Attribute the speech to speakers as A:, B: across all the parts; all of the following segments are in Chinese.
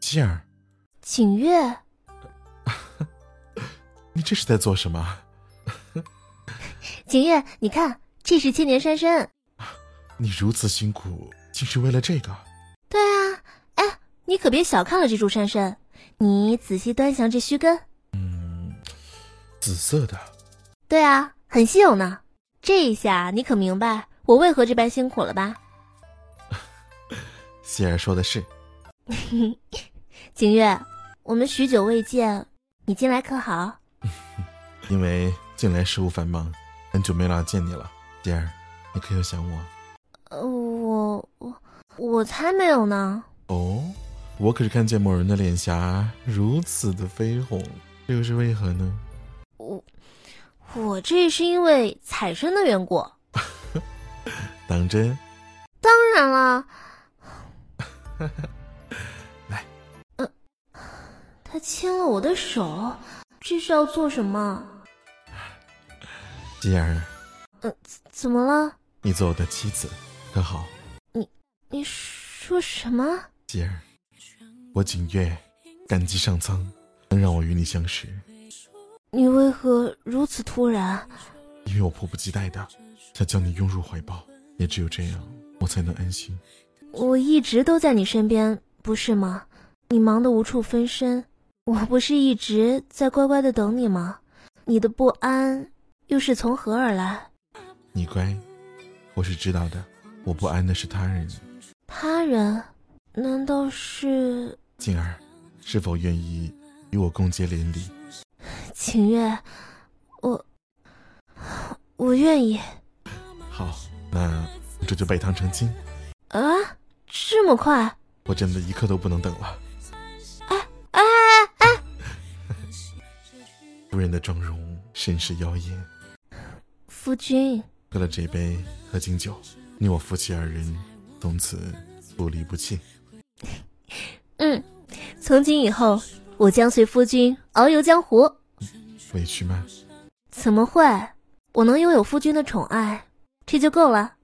A: 杏儿，
B: 景月，
A: 你这是在做什么？
B: 景月，你看，这是千年山参。
A: 你如此辛苦，竟是为了这个？
B: 对啊，哎，你可别小看了这株山参，你仔细端详这须根。
A: 嗯，紫色的。
B: 对啊，很稀有呢。这一下你可明白我为何这般辛苦了吧？
A: 杏儿说的是。
B: 景月，我们许久未见，你近来可好？
A: 因为近来事务繁忙，很久没来见你了。杏儿，你可有想我？
B: 呃，我我我才没有呢。
A: 哦，我可是看见某人的脸颊如此的绯红，这又是为何呢？
B: 我我这是因为采参的缘故。
A: 当真？
B: 当然了。
A: 来，
B: 呃，他牵了我的手，这是要做什么？
A: 吉儿，
B: 呃，怎么了？
A: 你做我的妻子，可好？
B: 你你说什么？
A: 吉儿，我景月感激上苍，能让我与你相识。
B: 你为何如此突然？
A: 因为我迫不及待的想将你拥入怀抱，也只有这样，我才能安心。
B: 我一直都在你身边，不是吗？你忙得无处分身，我不是一直在乖乖的等你吗？你的不安又是从何而来？
A: 你乖，我是知道的。我不安的是他人。
B: 他人？难道是
A: 静儿？是否愿意与我共结连理？
B: 秦月，我我愿意。
A: 好，那这就拜堂成亲。
B: 啊，这么快？
A: 我真的一刻都不能等了。
B: 哎哎哎哎！
A: 夫人的妆容甚是妖艳。
B: 夫君，
A: 喝了这杯合卺酒，你我夫妻二人从此不离不弃。
B: 嗯，从今以后，我将随夫君遨游江湖。
A: 委屈吗？
B: 怎么会？我能拥有夫君的宠爱，这就够了。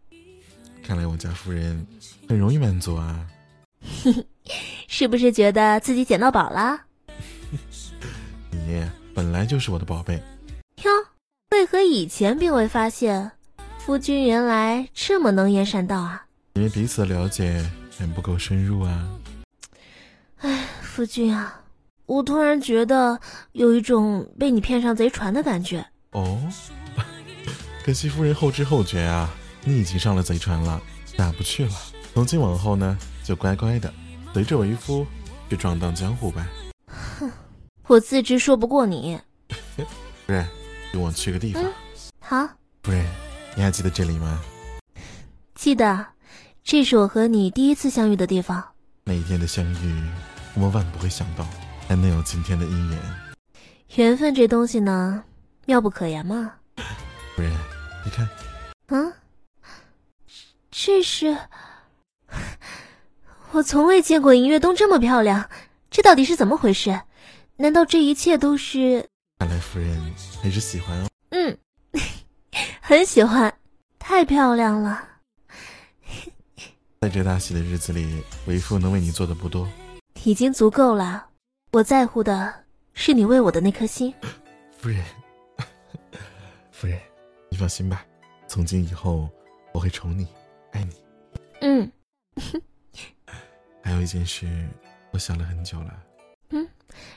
A: 看来我家夫人很容易满足啊。
B: 是不是觉得自己捡到宝了？
A: 你本来就是我的宝贝。
B: 哟，为何以前并未发现，夫君原来这么能言善道啊？
A: 因为彼此的了解远不够深入啊。
B: 唉，夫君啊，我突然觉得有一种被你骗上贼船的感觉。
A: 哦， 可惜夫人后知后觉啊，你已经上了贼船了，下不去了。从今往后呢，就乖乖的随着为夫去闯荡江湖吧。
B: 哼，我自知说不过你。
A: 夫人，跟我去个地方。
B: 嗯好，
A: 夫人，你还记得这里吗？
B: 记得，这是我和你第一次相遇的地方。
A: 那一天的相遇，我们万不会想到还能有今天的姻缘。
B: 缘分这东西呢，妙不可言嘛。
A: 夫人，你看，
B: 啊，这是我从未见过银月东这么漂亮，这到底是怎么回事？难道这一切都是……
A: 看来夫人还是喜欢哦。
B: 嗯， 很喜欢，太漂亮了。
A: 在这大喜的日子里，为夫能为你做的不多。
B: 已经足够了。我在乎的是你为我的那颗心。
A: 夫人，夫人，你放心吧，从今以后我会宠你，爱你。
B: 嗯
A: 还有一件事，我想了很久了，
B: 嗯，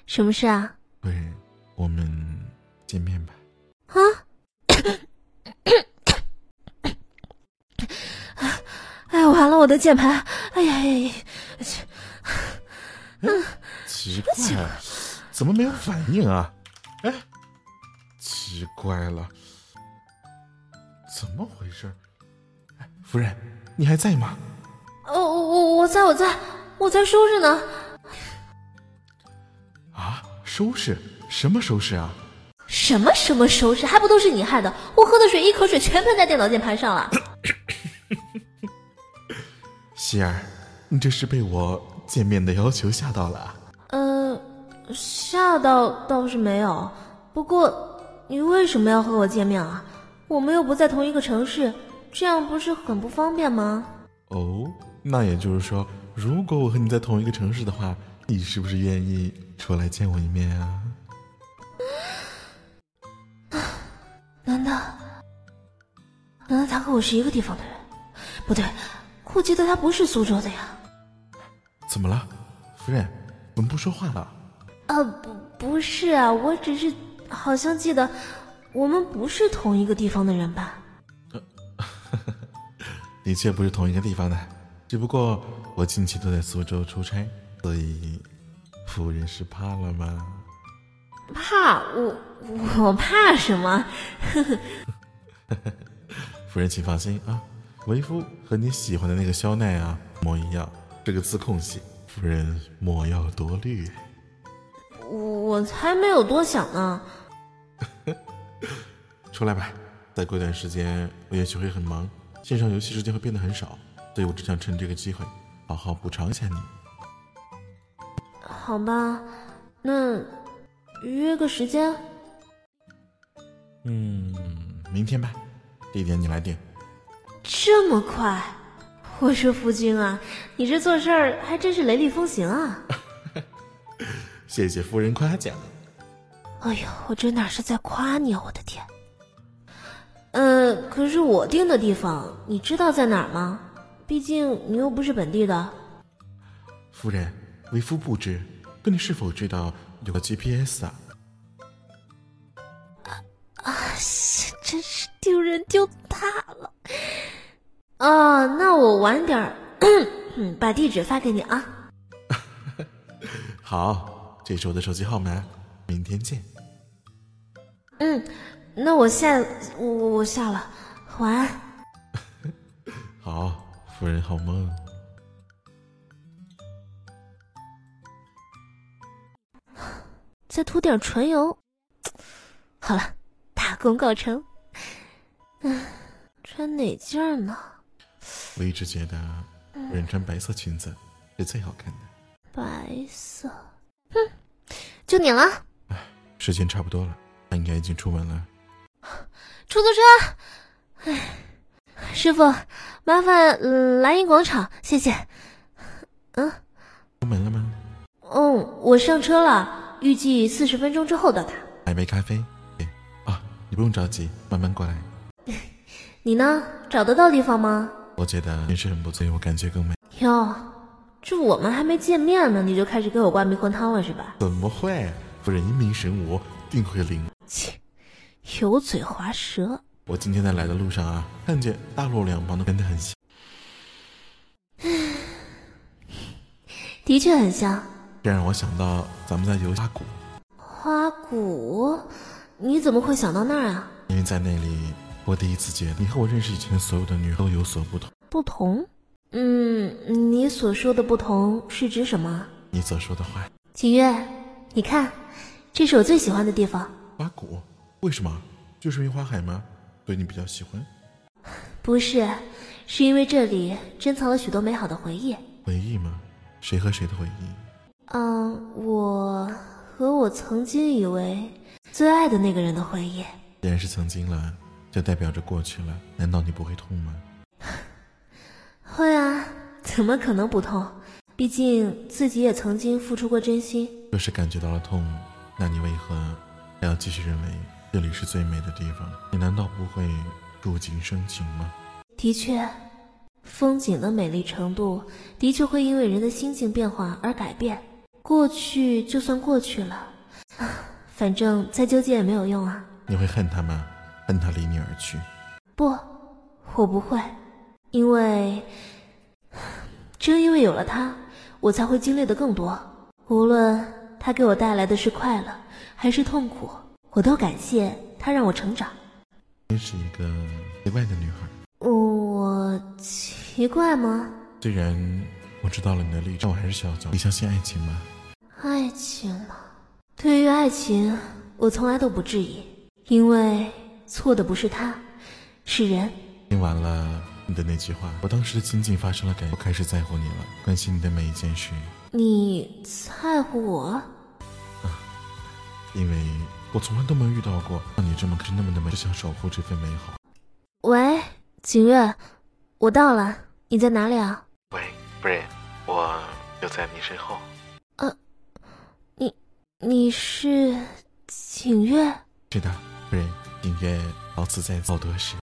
B: 什么事啊？
A: 夫人，我们见面吧。
B: 啊？哎，完了，我的键盘！哎呀呀呀！
A: 奇怪，啊怎么没有反应啊？哎，奇怪了，怎么回事？哎，夫人，你还在吗？
B: 哦，我我我在我在我在收拾呢，
A: 啊，收拾什么收拾啊？
B: 什么什么收拾，还不都是你害的？我喝的水一口水全喷在电脑键盘上了。
A: 希儿，你这是被我见面的要求吓到了啊？
B: 呃，吓到倒是没有，不过你为什么要和我见面啊？我们又不在同一个城市，这样不是很不方便吗？
A: 哦，那也就是说，如果我和你在同一个城市的话，你是不是愿意出来见我一面啊？
B: 难道，难道他和我是一个地方的人？不对，我记得他不是苏州的呀。
A: 怎么了，夫人？怎么不说话了？
B: 啊，不，不是啊，我只是好像记得我们不是同一个地方的人吧？
A: 的确不是同一个地方的，只不过我近期都在苏州出差，所以夫人是怕了吗？
B: 怕我，我怕什么？
A: 夫人，请放心啊，为夫和你喜欢的那个肖奈啊，一模一样，是个自控型，夫人莫要多虑。
B: 我我才没有多想呢。
A: 出来吧，再过一段时间我也许会很忙，线上游戏时间会变得很少，所以我只想趁这个机会好好补偿一下你。
B: 好吧，那约个时间。
A: 嗯，明天吧，地点你来定。
B: 这么快？我说夫君啊，你这做事儿还真是雷厉风行啊！
A: 谢谢夫人夸奖。
B: 哎呦，我这哪是在夸你啊！我的天。呃，可是我定的地方，你知道在哪儿吗？毕竟你又不是本地的。
A: 夫人，为夫不知，可你是否知道有个 GPS 啊？
B: 啊，真是丢人丢大了。哦，那我晚点儿 嗯把地址发给你啊。
A: 好，这是我的手机号码，明天见。
B: 嗯，那我下我我我下了，晚安。
A: 好，夫人好梦。
B: 再涂点唇油。好了，大功告成。嗯，穿哪件儿呢？
A: 我一直觉得夫人穿白色裙子是最好看的。
B: 白色，哼，就你了。
A: 时间差不多了，他应该已经出门了。
B: 出租车，唉，师傅，麻烦、嗯来银广场，谢谢。嗯，
A: 出门了吗？
B: 嗯，我上车了，预计四十分钟之后到达。
A: 买杯咖啡。对啊，你不用着急，慢慢过来。
B: 你呢？找得到地方吗？
A: 我觉得也是很不错，我感觉更美。
B: 哟，这我们还没见面呢，你就开始给我灌迷魂汤了是吧？
A: 怎么会？夫人英明神武，定会灵。
B: 切，油嘴滑舌。
A: 我今天在来的路上啊，看见大路两旁的真的很香。
B: 的确很像。
A: 这让我想到咱们在游花谷，
B: 花鼓，你怎么会想到那儿啊？
A: 因为在那里，我第一次觉得你和我认识以前所有的女人都有所不同。
B: 不同？嗯，你所说的不同是指什么？
A: 你所说的话，
B: 景月，你看，这是我最喜欢的地方，
A: 花谷，为什么？就是因为花海吗？所以你比较喜欢
B: 不是，是因为这里珍藏了许多美好的回忆。
A: 回忆吗？谁和谁的回忆？
B: 嗯，我和我曾经以为最爱的那个人的回忆。
A: 既然是曾经了，就代表着过去了。难道你不会痛吗？
B: 会啊，怎么可能不痛？毕竟自己也曾经付出过真心。
A: 就是感觉到了痛，那你为何还要继续认为这里是最美的地方？你难道不会触景生情吗？
B: 的确，风景的美丽程度的确会因为人的心境变化而改变。过去就算过去了， 啊反正再纠结也没有用啊。
A: 你会恨他吗？恨他离你而去？
B: 不，我不会，因为正因为有了他，我才会经历的更多。无论他给我带来的是快乐还是痛苦，我都感谢他让我成长。
A: 真是一个奇怪的女孩。
B: 我奇怪吗？
A: 虽然我知道了你的立场，但我还是小小。你相信爱情吗？
B: 爱情嘛，对于爱情，我从来都不质疑，因为错的不是他，是人。
A: 听完了你的那句话，我当时的心境发生了改变，我开始在乎你了，关心你的每一件事，
B: 你在乎我？
A: 因为我从来都没有遇到过像你这么是那么的美，就想守护这份美好。
B: 喂，景月，我到了，你在哪里啊？
A: 喂，夫人，我就在你身后。
B: 呃，你是景月？
A: 是的，夫人，景月老子在造德时